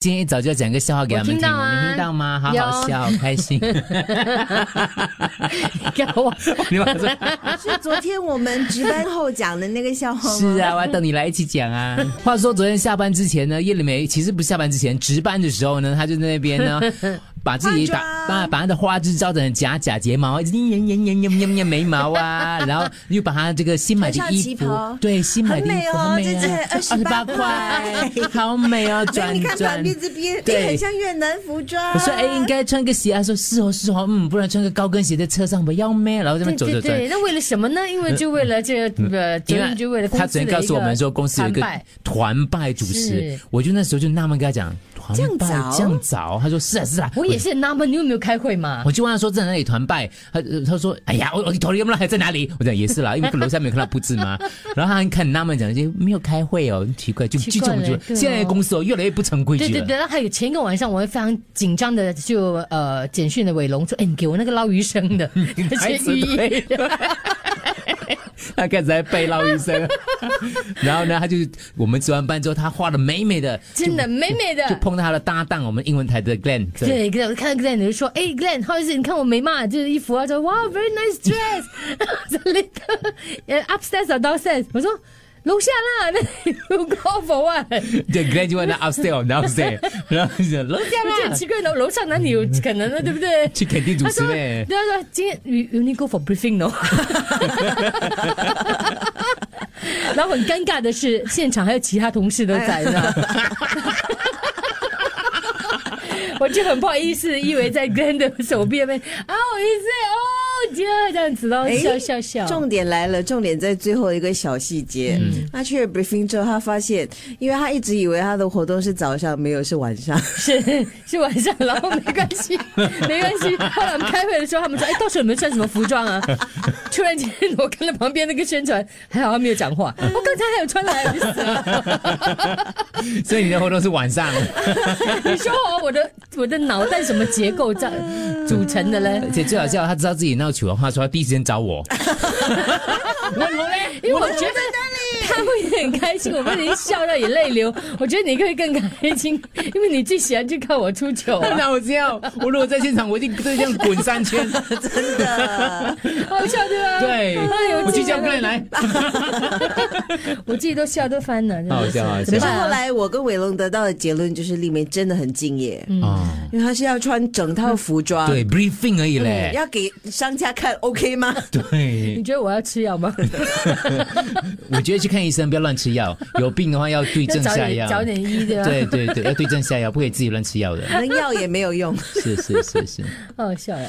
今天一早就要讲个笑话给他们听，我听到啊你听到吗？好好有笑，开心。给我 你们说是 昨天我们值班后讲的那个笑话吗？是啊，我要等你来一起讲啊。话说昨天下班之前呢，叶丽梅其实不是下班之前，值班的时候呢，她就在那边呢，把自己化打妆把把她的花枝招展的假假睫毛，一眼眼眼眼眼眼眉毛啊，然后又把她这个新买的穿上衣旗服袍，对新买的衣很美服哦很美这只啊，很28块，好美哦，所转以哎你看旁转。边这边，对哎，很像越南服装。啊我说哎，应该穿个鞋啊，她说是哦是哦，嗯，不然穿个高跟鞋在车上吧，要咩？然后这边对走走对走，对，那为了什么呢？因为就为了这个呃，因就就为了公司他昨天的一告诉我们个说公司有一个团拜团拜主持是，我就那时候就纳闷跟他讲，团拜这样早这样早？他说是啊是啊，我也是纳闷，你有没有开会嘛我。？我就问他说在哪里团拜，他呃他说哎呀，我我头里那还在哪里？我讲也是啦，因为楼下没有看到布置嘛。 然后他很纳闷讲，就没有开会哦，奇怪，就奇就怪这么嘞就对哦现在的公司哦越来越不成规对矩对了。对，那还有前一个晚上，我会非常紧张的就呃简讯了伟龙说，哎，你给我那个捞鱼生的那 孩些子寓意，对， 他开始在背捞医 生，然后呢，他就我们值完班之后，他画的美美的，真的美美的就。碰到他的搭档，我们英文台的 Glenn，对，对，我看到 Glenn 我就说，哎，Glenn，好意思，你看我眉毛，就是衣服啊，说哇，very nice dress，说 later，呃，upstairs or downstairs，我说楼下啦， 那有 call for what？对 Glenn 就问他 upstairs downstairs，然后就讲楼这样就很奇怪，楼楼上哪里有可能呢？对不对？去肯定主他持说，嘞对，他说今天 you you need go for briefing no 。然后很尴尬的是，现场还有其他同事都在呢。我就很不好意思，以为在跟的手边边啊，我一直哦，这样子咯，哎笑笑哦笑。重点来了，重点在最后一个小细节。嗯他去了 briefing 之后，他发现，因为他一直以为他的活动是早上，没有是晚上。是是晚上，然后没关 系，没关系。后来我们开会的时候，他们说：“哎，到时候你们穿什么服装啊？”突然间，我看到旁边那个宣传，还好他没有讲话。我刚才还有穿来，我就死了所以你的活动是晚上，你说我我的我的脑袋什么结构在组成的嘞而？且最好笑，他知道自己闹糗的话，说他第一时间找 我，因为我觉得他会很开心，我不能笑到眼泪流。我觉得你可以更开心，因为你最喜欢去看我出糗、啊。那我知道，我如果在现场，我一定对这样滚三 圈，真的，好笑对吧？对哎呦，我去叫个 Glenn 来，我自己都笑都翻了，真 的好笑 好笑怎么可是办啊后来我跟伟龙得到的结论就是，丽梅真的很敬业，哦，因为她是要穿整套服装， 对 briefing 而已嗯，嘞，要给商家看 OK 吗？对 你。觉得我要吃药 吗？我觉得去看医生，不要乱吃药。有病的话要对症要找下点药，找点医对吧？对对对，要对症下药，不可以自己乱吃药的。那药也没有用。是是是是。好好笑了。哦